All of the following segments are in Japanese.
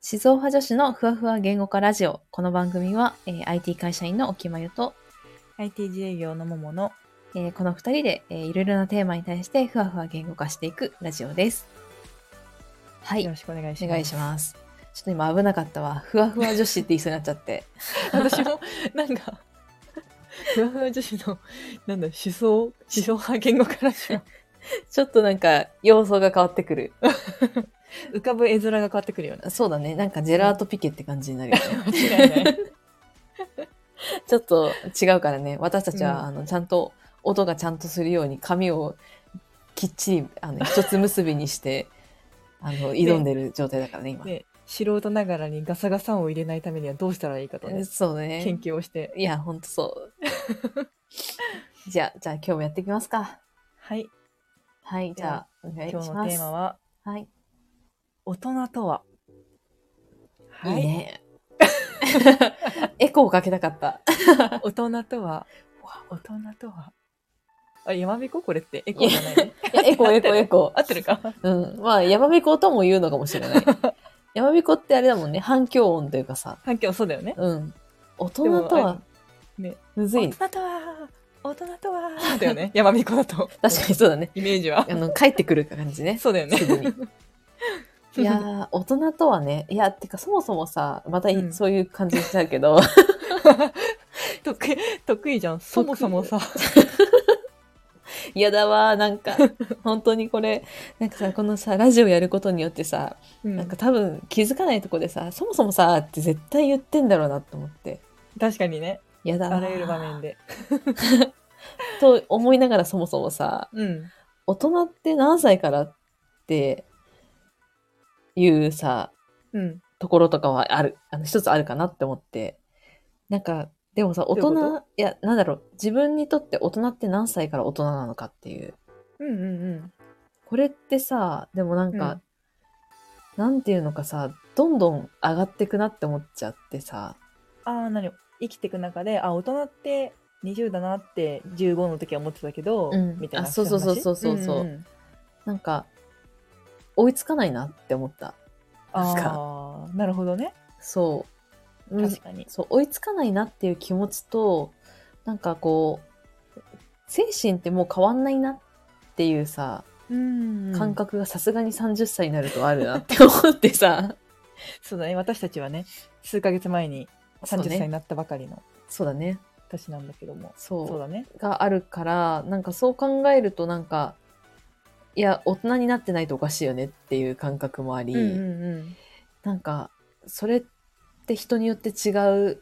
静岡女子のふわふわ言語化ラジオ。この番組は、えー IT 会社員の沖まゆと、 IT 自営業の桃のえーこの2人で、えーいろいろなテーマに対してふわふわ言語化していくラジオです。はいよろ、しくお願いします。お願いします。ちょっと今危なかったわ。ふわふわ女子って言いそうになっちゃって。 私もなんかふわふわ女子のなんだ思想思想派言語からしよちょっとなんか様相が変わってくる。う浮かぶ絵面が変わってくるような。そうだね。なんかジェラートピケって感じになるよ ね。間違いない。ちょっと違うからね。私たちは、うんあのちゃんと音がちゃんとするように髪をきっちりあ の一つ結びにしてあの挑んでる状態だからね今。で素人ながらにガサガサを入れないためにはどうしたらいいかとね、そうね。研究をして。いや、ほんとそう。じゃあ、じゃあ今日もやっていきますか。はい。はい、じゃあ、お願いし今ます。日のテーマははい。大人とは。はいいね。 エコーかけたかった。大人とは。わ大人とは。あ、やまびここれってエコーじゃないね。いやエコー、エコー、エコ合ってるか ー。うん。まあ、やまびことも言うのかもしれない。やまびこってあれだもんね。反響音というかさ。反響そうだよね。うん。大人とでもあは、ね、むず大い。人とは、大人とは、だよね。やまびこだと。確かにそうだね。イメージはあ。の、帰ってくる感じね。そうだよねす。ぐ に。いやー、大人とはね、いや、てかそもそもさ、またい、うんそういう感じにしちゃうけど、 得意、得意じゃん。そもそもさ。嫌だわーなんか本当にこれなんかさこのさラジオやることによってさ、ななんんかか多分気づかないとこでさそもそもさって絶対言ってんだろうなと思って確かにね。嫌だわーあらゆる場面で。と思いながらそもそもさうん。大人って何歳からっていうさうん。ところとかはあるあの一つあるかなって思ってなんかでもさ大人どういうこいやなんだろう自分にとって大人って何歳から大人なのかっていううんうんうん。これってさでもなんか、うんなんていうのかさどんどん上がってくなって思っちゃってさああ、なに生きていく中で、あ、大人って20だなって15の時は思ってたけど、うんみたいあな話。そうそうそうそうそうそうんんんなんか追いつかないなって思ったなんかああ、なるほどね。そうむ確かに。そう追いつかないなっていう気持ちとなんかこう精神ってもう変わんないなっていうさうん感。覚がさすがに30歳になるとあるなって思って さそうだね。私たちはね、数ヶ月前にそう30歳にねなったばかりのそうだね年なんだけども。そうそうだね。があるからなんかそう考えるとなんかいや大人になってないとおかしいよねっていう感覚もあり、うんうんうん。なんかそれって人によって違う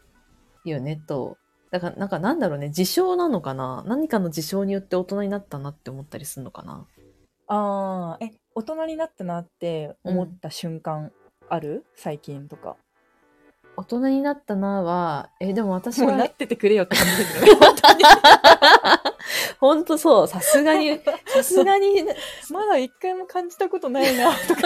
よねとだからなんかなんだろうね事象なのかな何かの事象によって大人になったなって思ったりするのかなああ、え、大人になったなって思った瞬間ある、最近とか。大人になったなはえでも私もうなはっててくれよって感じだけどね 本当そうさすがにさすがに まだ一回も感じたことないな、とか。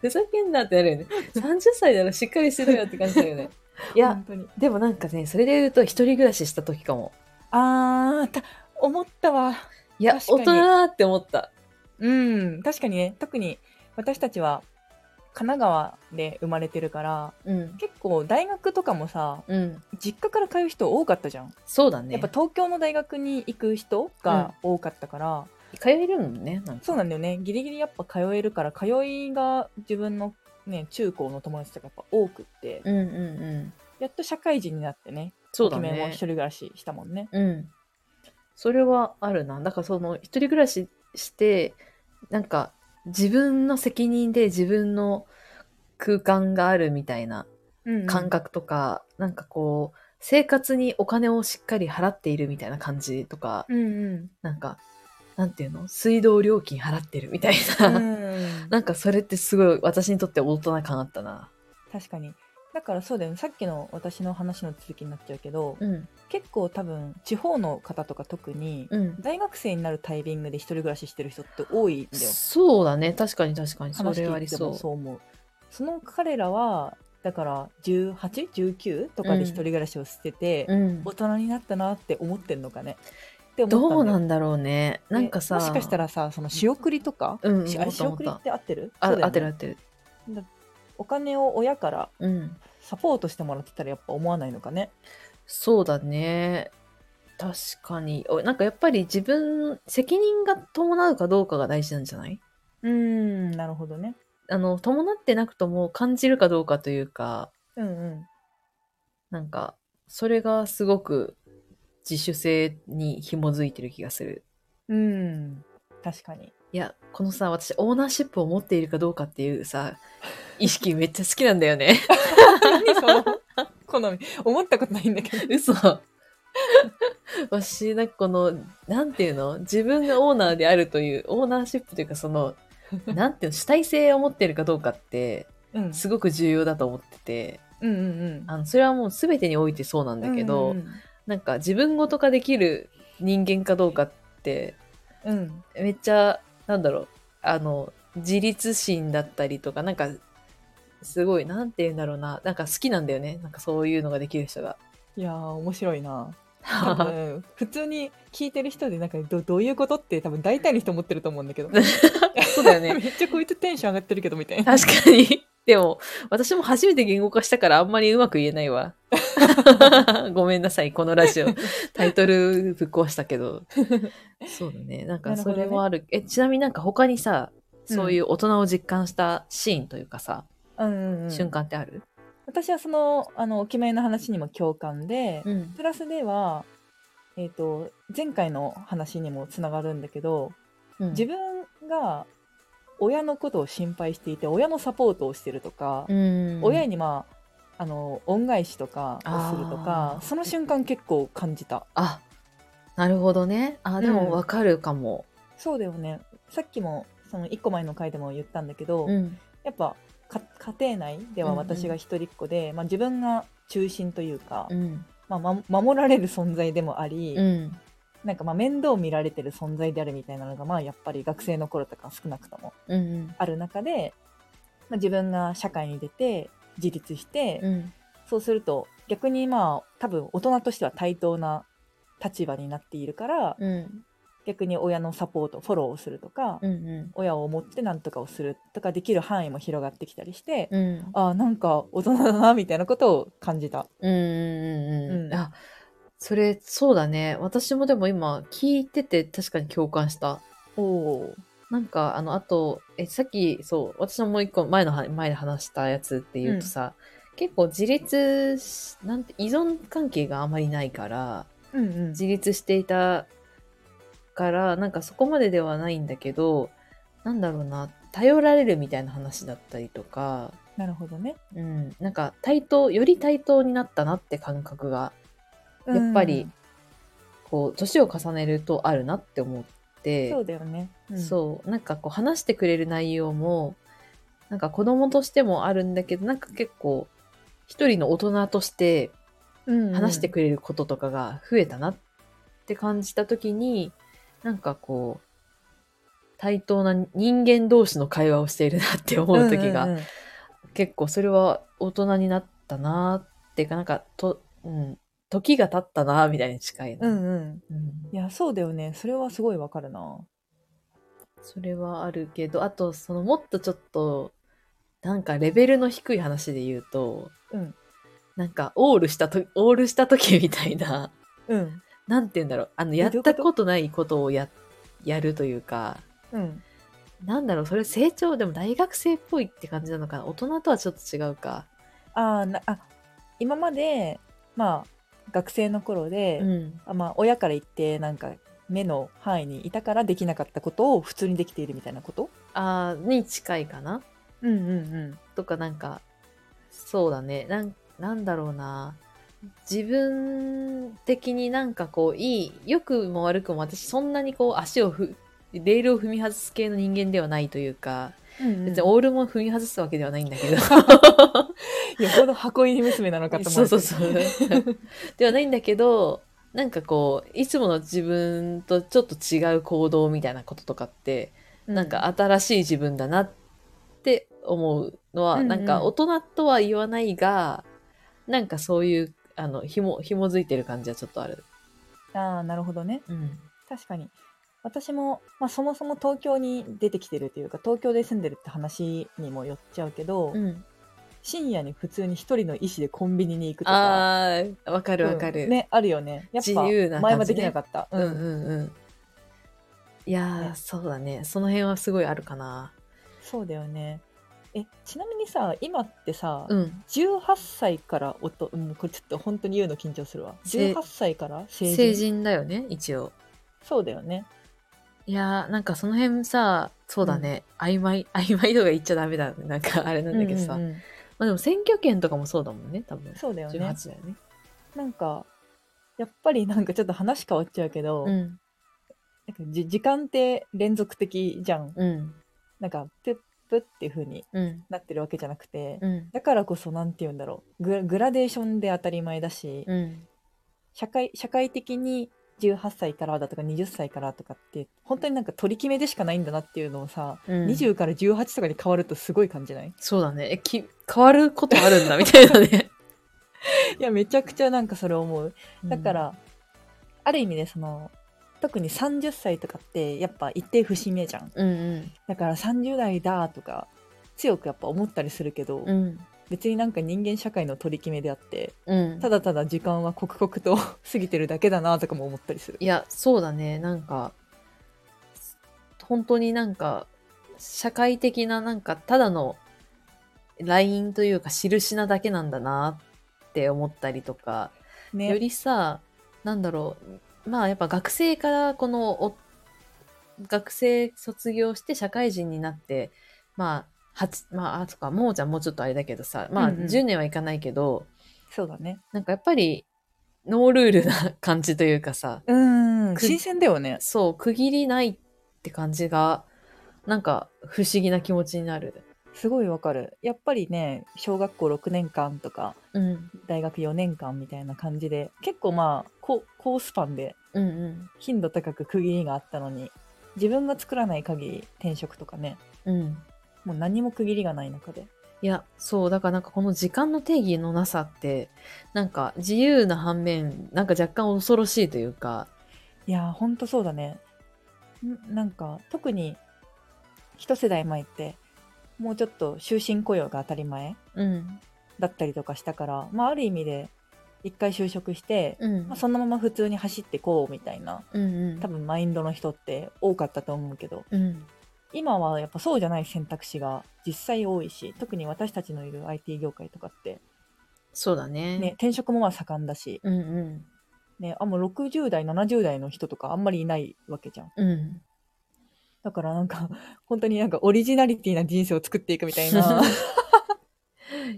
ふざけんなってなるよね30歳ならしっかりしろよって感じだよねいや本当に。でもなんかね、それで言うと、一人暮らしした時かも。あー、た思ったわ。いや、確か大に人だって思った。うん、確かにね、特に私たちは神奈川で生まれてるから、うん。結構大学とかもさ、うん。実家から通う人多かったじゃん。そうだね。やっぱ東京の大学に行く人が多かったから、通えるもんね。なんかそうなんだよね。ギリギリやっぱ通えるから、通いが自分のね、中高の友達とかやっぱ多くって、うんうんうん。やっと社会人になってね、そうだイケメンもね一人。暮らししたもんね。うん。それはあるな。だからその、一人暮らしして、なんか、自分の責任で自分の空間があるみたいな感覚とか、なんかこう、生活にお金をしっかり払っているみたいな感じとか、うん うん。なんか、なんていうの水道料金払ってるみたいな。う んなんかそれってすごい私にとって大人感あったな。確かに。だからそうだよね。さっきの私の話の続きになっちゃうけど、うん。結構多分地方の方とか特に、うん。大学生になるタイミングで一人暮らししてる人って多いんだよ。そうだね。確かに確かに。そ話れは聞あいりてそもう。そう思う。その彼らは、だから18、19とかで一人暮らしをしてて、うん大。人になったなって思ってんのかねって思ったんだよどうなんだろうね。なんかさ。もしかしたらさその仕送りとか、うんしあれ思った仕思っ送たりって合ってるあ、そうだよ合ってる合ねってる。お金を親からうん。サポートしてもらってたらやっぱ思わないのかね。そうだね。確かに。おなんかやっぱり自分、責任が伴うかどうかが大事なんじゃないうん、なるほどね。あの、伴ってなくとも感じるかどうかというか、うんうん。なんか、それがすごく自主性に紐づいてる気がする。うん、確かに。いや、このさ、私、オーナーシップを持っているかどうかっていう さ、意識めっちゃ好きなんだよね。 何その好み。思ったことないんだけど。嘘。 私、なんかこの、なんていうの自分がオーナーであるという、オーナーシップというか、そ の、なんていうの主体性を持っているかどうかって、 うんすごく重要だと思ってて、うんうんあの、それはもう全てにおいてそうなんうん。だけど、うんなんか自分ごと化できる人間かどうかって、うん、うん。めっちゃなんだろうあの自立心だったりとかなんかすごいなんて言うんだろうななんか好きなんだよねなんかそういうのができる人 が。いやー、面白い な。多分普通に聞いてる人でなんかどどういうことって多分大体の人思ってると思うんだけどそうだよ めねっちゃこいつテンション上がってるけどみたいな確かに。でも私も初めて言語化したからあんまりうまく言えない わ。ごめんなさいこのラジオタイトルぶっ壊したけど そうだねなんかそれもあるえちなみになんか他にさそういう大人を実感したシーンというかさ、うんうんうん瞬間ってある、私はそのあのお決めの話にも共感で、うんプラスでは、えー、と前回の話にもつながるんだけど、うん、自分が親のことを心配していて親のサポートをしてるとか、うん親にまああの恩返しとかをするとかあーその瞬間結構感じたあなるほどねあでうんもわかるかも、そうだよねさっきもその1個前の回でも言ったんだけど、んやっぱか家庭内では私が一人っ子で、まあ、自分が中心というか、うんまあま守られる存在でもあり、うんなんかまあ面倒見られてる存在であるみたいなのがまあやっぱり学生の頃とか少なくともうんある中で、まあ、自分が社会に出て自立して、うんそうすると逆にまあ多分大人としては対等な立場になっているから、うん逆に親のサポートフォローをするとか、うん親を思って何とかをするとかできる範囲も広がってきたりして、うんあーなんか大人だなみたいなことを感じた。うんうんうんううんんあそれそうだね私もでも今聞いてて確かに共感したおおなんかあのあとえさっきそう私のもう一個前のは前で話したやつっていうとさ、結構自立しなんて依存関係があまりないからー。うんうん。自立していたからなんかそこまでではないんだけどなんだろうな頼られるみたいな話だったりとか、なるほどね。うん、なんか対等より対等になったなって感覚がやっぱりこう年を重ねるとあるなって思っうん、てそうだよね。うんそうなんかこう話してくれる内容もなんか子供としてもあるんだけどなんか結構一人の大人としてうんうん話してくれることとかが増えたなって感じた時に、なんかこう対等な人間同士の会話をしているなって思う時が、んんうん結構それは大人になったなっていうかなんかと、うん、時が経ったなみたいに近いな、うんうん。うんいや、そうだよね。それはすごいわかるな。それはあるけどあとそのもっとちょっとなんかレベルの低い話で言うとうん。なんかオールしたとオールした時みたいな うん。なんて言うんだろう。あの、どういやうっことたことないことをや、やるというか、うん。なんだろう、それ成長、でも大学生っぽいって感じなのかな。大人とはちょっと違うか。あーなあ、今まで、まあ、学生の頃で、うん。あまあ、親から言って、なんか、目の範囲にいたからできなかったことを普通にできているみたいなことあーに近いかな。うんうんうん。とか、なんか、そうだね。なん、なんだろうな。自分的になんかこう、いい、良くも悪くも私、そんなにこう、足をふ、レールを踏み外す系の人間ではないというか、別にオールも踏み外すわけではないんだけど。よほど箱入り娘なのかと思そうそうそう ではないんだけどなんかこういつもの自分とちょっと違う行動みたいなこととかって、なんか新しい自分だなって思うのは、うんうんなんか大人とは言わないがなんかそういうあのひもひもづいてる感じはちょっとある。ああーなるほどねうん確かに私も、まあ、そもそも東京に出てきてるというか東京で住んでるって話にもよっちゃうけど、うん深夜に普通に一人の意思でコンビニに行くとか。ああ、わかるわかうる。んね、あるよね。やっ自ぱ、由な感じね前はできなかった。うんうんうん。いやー、ねそうだね。その辺はすごいあるかな。そうだよね。え、ちなみにさ、今ってさ、うん。 18歳からおと、うん、これちょっと本当に言うの緊張するわ。せ18歳から成人成人だよね、一応。そうだよね。いやー、なんかその辺さ、そうだね。曖昧、 曖昧とか言っちゃダメだ。なんかあれなんだけどさ。うんうんうんまあでも選挙権とかもそうだもんね、多分。そうだよね。 18だよね。なんか、やっぱりなんかちょっと話変わっちゃうけど、うん。なんかじ時間って連続的じゃん。うん。なんか、プップッっていう風にうん。なってるわけじゃなくて、うん。だからこそなんて言うんだろうグラグラデーションで当たり前だし、うん。社会社会的に18歳からだとか20歳からとかって本当になんか取り決めでしかないんだなっていうのをさ、うん、 20から18とかに変わるとすごい感じないそうだね。え、き、変わることあるんだ、みたいな ね。いやめちゃくちゃなんかそれ思うだか、ら、ある意味ねその特に30歳とかってやっぱ一定節目じゃんうんうん。だから30代だとか強くやっぱ思ったりするけど、うん。別になんか人間社会の取り決めであってうん。ただただ時間は刻々と 過ぎてるだけだなとかも思ったりする。いや、そうだね。なんか、本当になんか、社会的ななんか、ただのラインというか、印なだけなんだなって思ったりとか、ね、よりさ、なんだろう、まあやっぱ学生からこのお、学生卒業して社会人になって、まあ、八まあ、あ、そっか、もうじゃんもうちょっとあれだけどさ、まあうんうん10年はいかないけど、そうだね。なんかやっぱり、ノールールな感じというかさ、うん。く新鮮だよね。そう、区切りないって感じが、なんか不思議な気持ちになる。すごいわかる。やっぱりね、小学校6年間とか、うん。大学4年間みたいな感じで、結構まあ、こ高スパンでうんうん。頻度高く区切りがあったのに、自分が作らない限り転職とかね、うん。もう何も区切りがない中で。いや、そう、だからなんかこの時間の定義のなさって、なんか自由な反面、なんか若干恐ろしいというか、いやー、ほんとそうだね。んなんか、特に、一世代前って、もうちょっと終身雇用が当たり前うん。だったりとかしたから、まあ、ある意味で一回就職して、うんまあ、。そのまま普通に走ってこうみたいなうんうん。多分マインドの人って多かったと思うけどうん。今はやっぱそうじゃない選択肢が実際多いし特に私たちのいる IT 業界とかって、そうだね。ね、。転職もまあ盛んだし、うんうね、あもう60代70代の人とかあんまりいないわけじゃんん。うん。だからなんか 本当になんかオリジナリティな人生を作っていくみたいな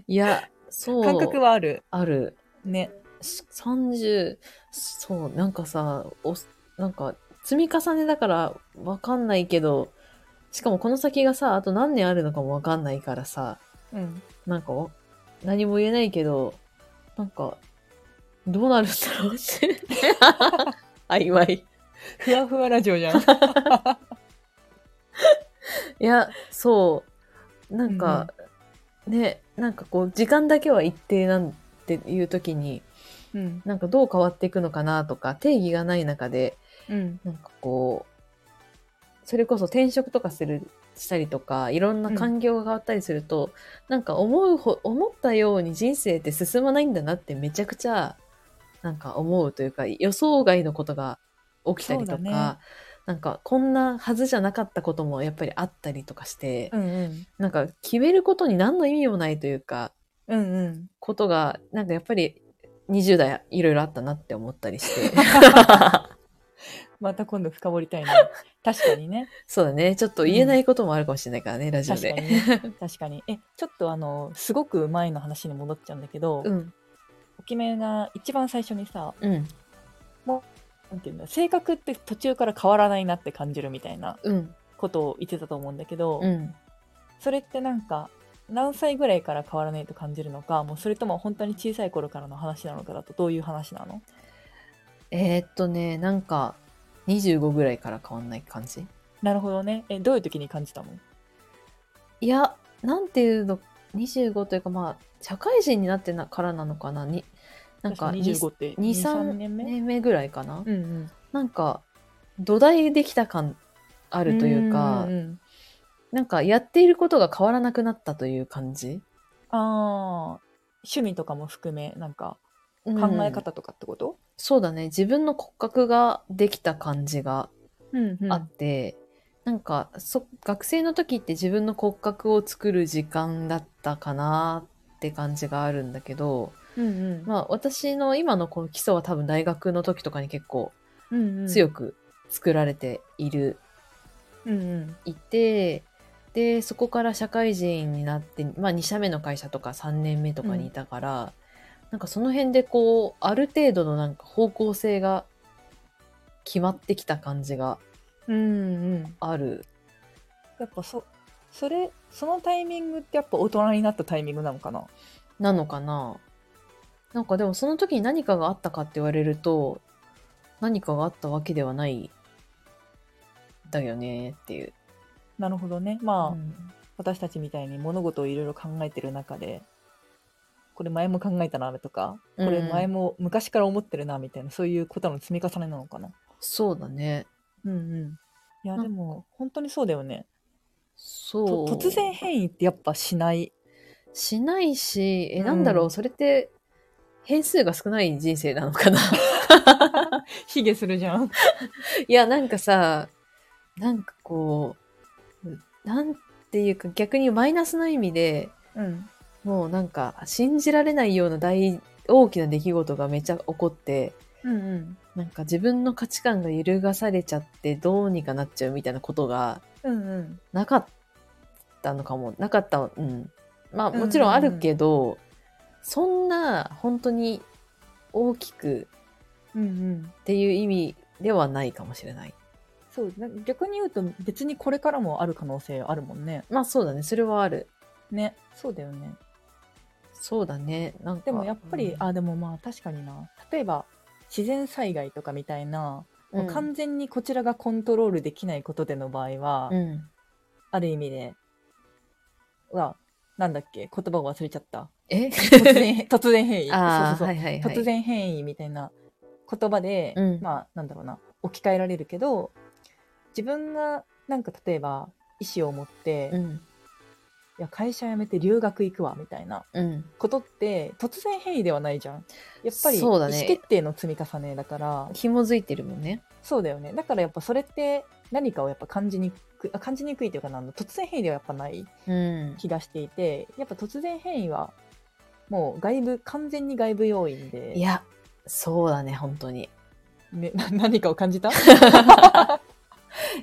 いや、そう。感覚はあるある。ね30そうなんかさおなんか積み重ねだからわかんないけどしかもこの先がさあと何年あるのかもわかんないからさうんなんかわ何も言えないけどなんかどうなるんだろうって 曖昧ふわふわラジオ じゃんいやそうなんか、ねなんかこう時間だけは一定なんていう時にうんなんかどう変わっていくのかなとか定義がない中でうんなんかこう、それこそ転職とかする、したりとか、いろんな環境が変わったりすると、なんか思うほ、思ったように人生って進まないんだなってめちゃくちゃ、なんか思うというか、予想外のことが起きたりとそか、うだねなんかこんなはずじゃなかったこともやっぱりあったりとかして、うんうんなんか決めることに何の意味もないというか、う んうんことが、なんかやっぱり20代いろいろあったなって思ったりして。 また今度深掘りたいね確かにねそうだね。ちょっと言えないこともあるかもしれないからね、ラジオ確かで。にね確かにえちょっとあのすごく前の話に戻っちゃうんだけど、うん。おきめが一番最初にさうん。なんていうんだ性格って途中から変わらないなって感じるみたいなうん。ことを言ってたと思うんだけど、うん。それってなんか何歳ぐらいから変わらないと感じるのかもうそれとも本当に小さい頃からの話なのかだとどういう話なのえー、っとね、なんか、25ぐらいから変わんない感じなるほどねえどういう時に感じたのいや、なんていうの、25というか、まあ、社会人になってなからなのかな、に、なんか、私25って2、3 3年目、年目ぐらいかな。うんうん、なんか、土台できた感あるというか、うんうんうんなんか、やっていることが変わらなくなったという感じああ、趣味とかも含め、なんか考考え方とかってこと、そうだね自分の骨格ができた感じがうんうんあって、なんかそ学生の時って自分の骨格を作る時間だったかなって感じがあるんだけど、うんうんまあ、私の今のこの基礎は多分大学の時とかに結構うんうん、強く、く作られているうんうんいてでそこから社会人になって、まあ、2社目の会社とか3年目とかにいたから、なんかその辺でこうある程度のなんか方向性が決まってきた感じがうんうん、あるやっぱそそれそのタイミングってやっぱ大人になったタイミングなのかななのかな。なんかでもその時に何かがあったかって言われると何かがあったわけではないだよねっていう。なるほどねまあ、うん私たちみたいに物事をいろいろ考えてる中でこれ前も考えたなとかこれうん前も昔から思ってるなみたいな、そういうことの積み重ねなのかなそうだね。うんうんいなんやかでも本当にそうだよねそとう。突然変異ってやっぱしないしないし、え、うんなんだろう、それって、変数が少ない人生なの かな卑下するじゃんいや、なんかさ、なんかこう、なんていうか逆にマイナスの意味で、うんもうなんか信じられないような大、大きな出来事がめちゃ起こって、うんうんなんか自分の価値観が揺るがされちゃってどうにかなっちゃうみたいなことがうんうんなかったのかも。なかった、うん。まあうんもちろんあるけど、そんな本当に大きくうんうんっていう意味ではないかもしれない。そうな逆に言うと別にこれからもある可能性あるもんねまあそうだね、それはある。ねそうだよねそうだね、なんか。でもやっぱり、うん、あでもまあ確かにな例えば自然災害とかみたいな、うん完全にこちらがコントロールできないことでの場合は、うん。ある意味ではなんだっけ言葉を忘れち ゃったえ突然突然変異ああ、そうそはうそう、いはいはい。突然変異みたいな言葉で、うんまあなんだろうな置き換えられるけど自分がなんか例えば意思を持って、ういん。や会社辞めて留学行くわみたいなうん。ことって突然変異ではないじゃんやっぱり意そう思だね決定の積み重ねだから紐づいてるもんね。そうだよねだからやっぱそれって何かをやっぱ感じにくいあ感じにくいというかなんだ突然変異ではやっぱないうん。気がしていてやっぱ突然変異はもう外部完全に外部要因でいや、そうだね、本当に。ねな 何かを感じた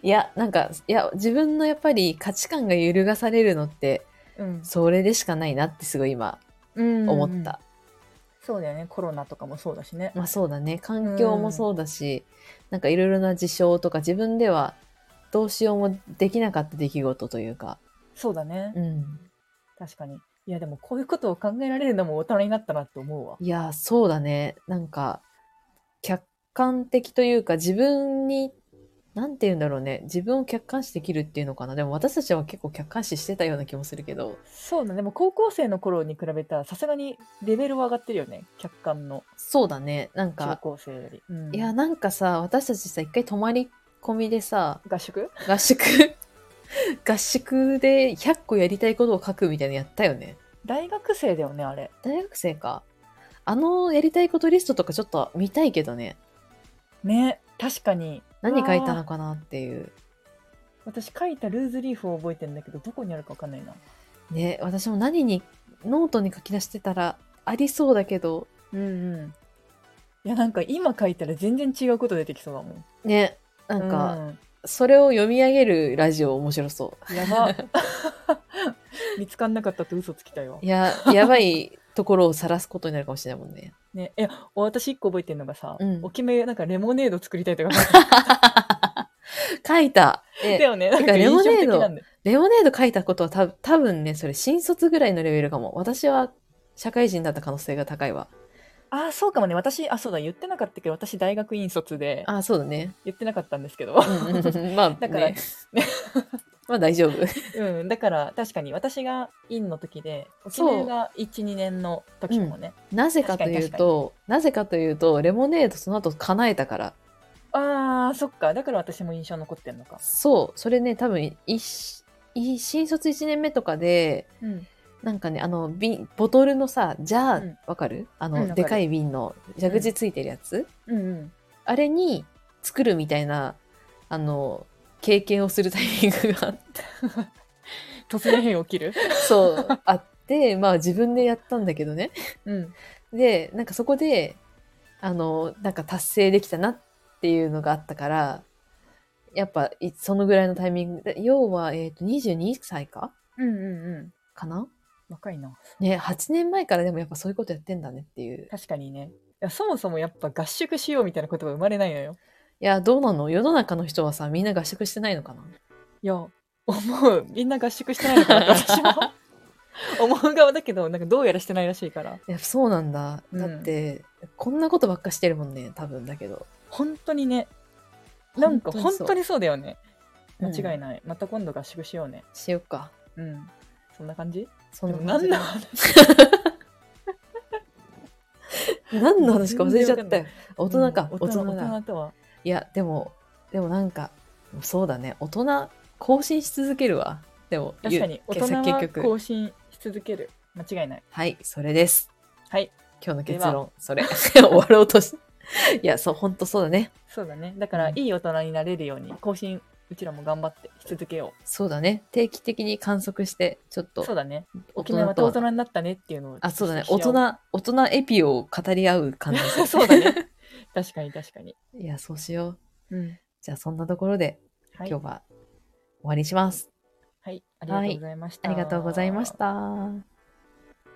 いや、なんか、いや、自分のやっぱり価値観が揺るがされるのって、うんそれでしかないなってすごい今思思った。そうだよねコロナとかもそうだしねまあそうだね環境もそうだし、なんかいろいろな事象とか自分ではどうしようもできなかった出来事というか、そうだね、うん、確かにいやでもこういうことを考えられるのも大人になったなって思うわいやそうだねなんか客観的というか自分になんて言うんだろうね自分を客観視できるっていうのかなでも私たちは結構客観視してたような気もするけどそうだねでも高校生の頃に比べたらさすがにレベルは上がってるよね客観のそうだねなん中か、高生より、いやなんかさ私たちさ一回泊まり込みでさ合宿合宿 合宿で100個やりたいことを書くみたいなのやったよね大学生だよねあれ大学生か。あのやりたいことリストとかちょっと見たいけどね。ね確かに何書いたうのわーかなっていう。私書いたルーズリーフを覚えてんだけどどこにあるかわかんないなね、私も何に、ノートに書き出してたらありそうだけど、うんうんいやなんか今書いたら全然違うこと出てきそうだもんね、なんうか、それを読み上げるラジオ面白そやば 見つかんなかったと嘘つきたいわう。いや、やばいところを晒すことになるかもしれないもんね。ねえ私一個覚えてんのがさ、うんお決めなんかレモネード作りたいとか書いた。だね、よねなんてかか印象レモネ的ードなんだよレモネード書いたことはた多分ね、それ新卒ぐらいのレベルかも。私は社会人だった可能性が高いわ。ああそうかもね私あそうだ言ってなかったけど私大学院卒であ、そうだね。言ってなかったんですけどうんうんうん、まあ、 だからね、 まあ大丈夫。 うん、だから確かに私が院の時でお決めが12年の時もね、なぜかというと、なぜかというと、レモネードその後叶えたから。ああそっかだから私も印象残ってんのか、そう、それね、多分、いい新卒1年目とかで、うん、なんかね、あの、瓶、ボトルのさ、ジャうーん、わかるあうんわの、かるでかい瓶の蛇口ついてるやつうんうんあれに作るみたいな、あの、経験をするタイミングがあって突然変起きるそう、あって、まあ自分でやったんだけどね。 うんで、なんかそこで、あの、なんか達成できたなっていうのがあったから、やっぱいそのぐらいのタイミングで、要は、えっ、と、22歳かうんうんうんかな若いなね、8年前からでもやっぱそういうことやってんだねっていう。確かにねいやそもそもやっぱ合宿しようみたいな言葉生まれないのよいや、どうなの世の中の人はさ、みんな合宿してないのかないや思うみんな合宿してないのかなって私も思う側だけどなんかどうやらしてないらしいからいや、そうなんだ。うんだって、こんなことばっかしてるもんね、多分だけど。本当にねなんか本当ににそうだよねそう間違いうんない、また今度合宿しようねしよっか。うんそんな感じそんな何の話何の話か忘れちゃったよ。大人か、うん大大人人だ。大人とはいや、でも、でもなんか、そうだね。大人、更新し続けるわ。でも、確かに大ゆ人結は局。更新し続ける間違いないはい、それです。はい今日の結で論、それ。 終わろうとし。 いや、そう、ほんとそうだね。そうだねだからういんい大人になれるように更新うちらも頑張ってし続けよそうだね。定期的に観測して、ちょっうとそう、だね大沖縄ま人たと大は人になったねっていうのをあ、そうだね。ち大ょっとしよ人、大人エピを語り合う感じです。 そうだね確かに確かに、いや、そうしよう。うんじゃあ、そんなところで、はい、今日は終わりにします。はいありがとうございました、ありがとうございました。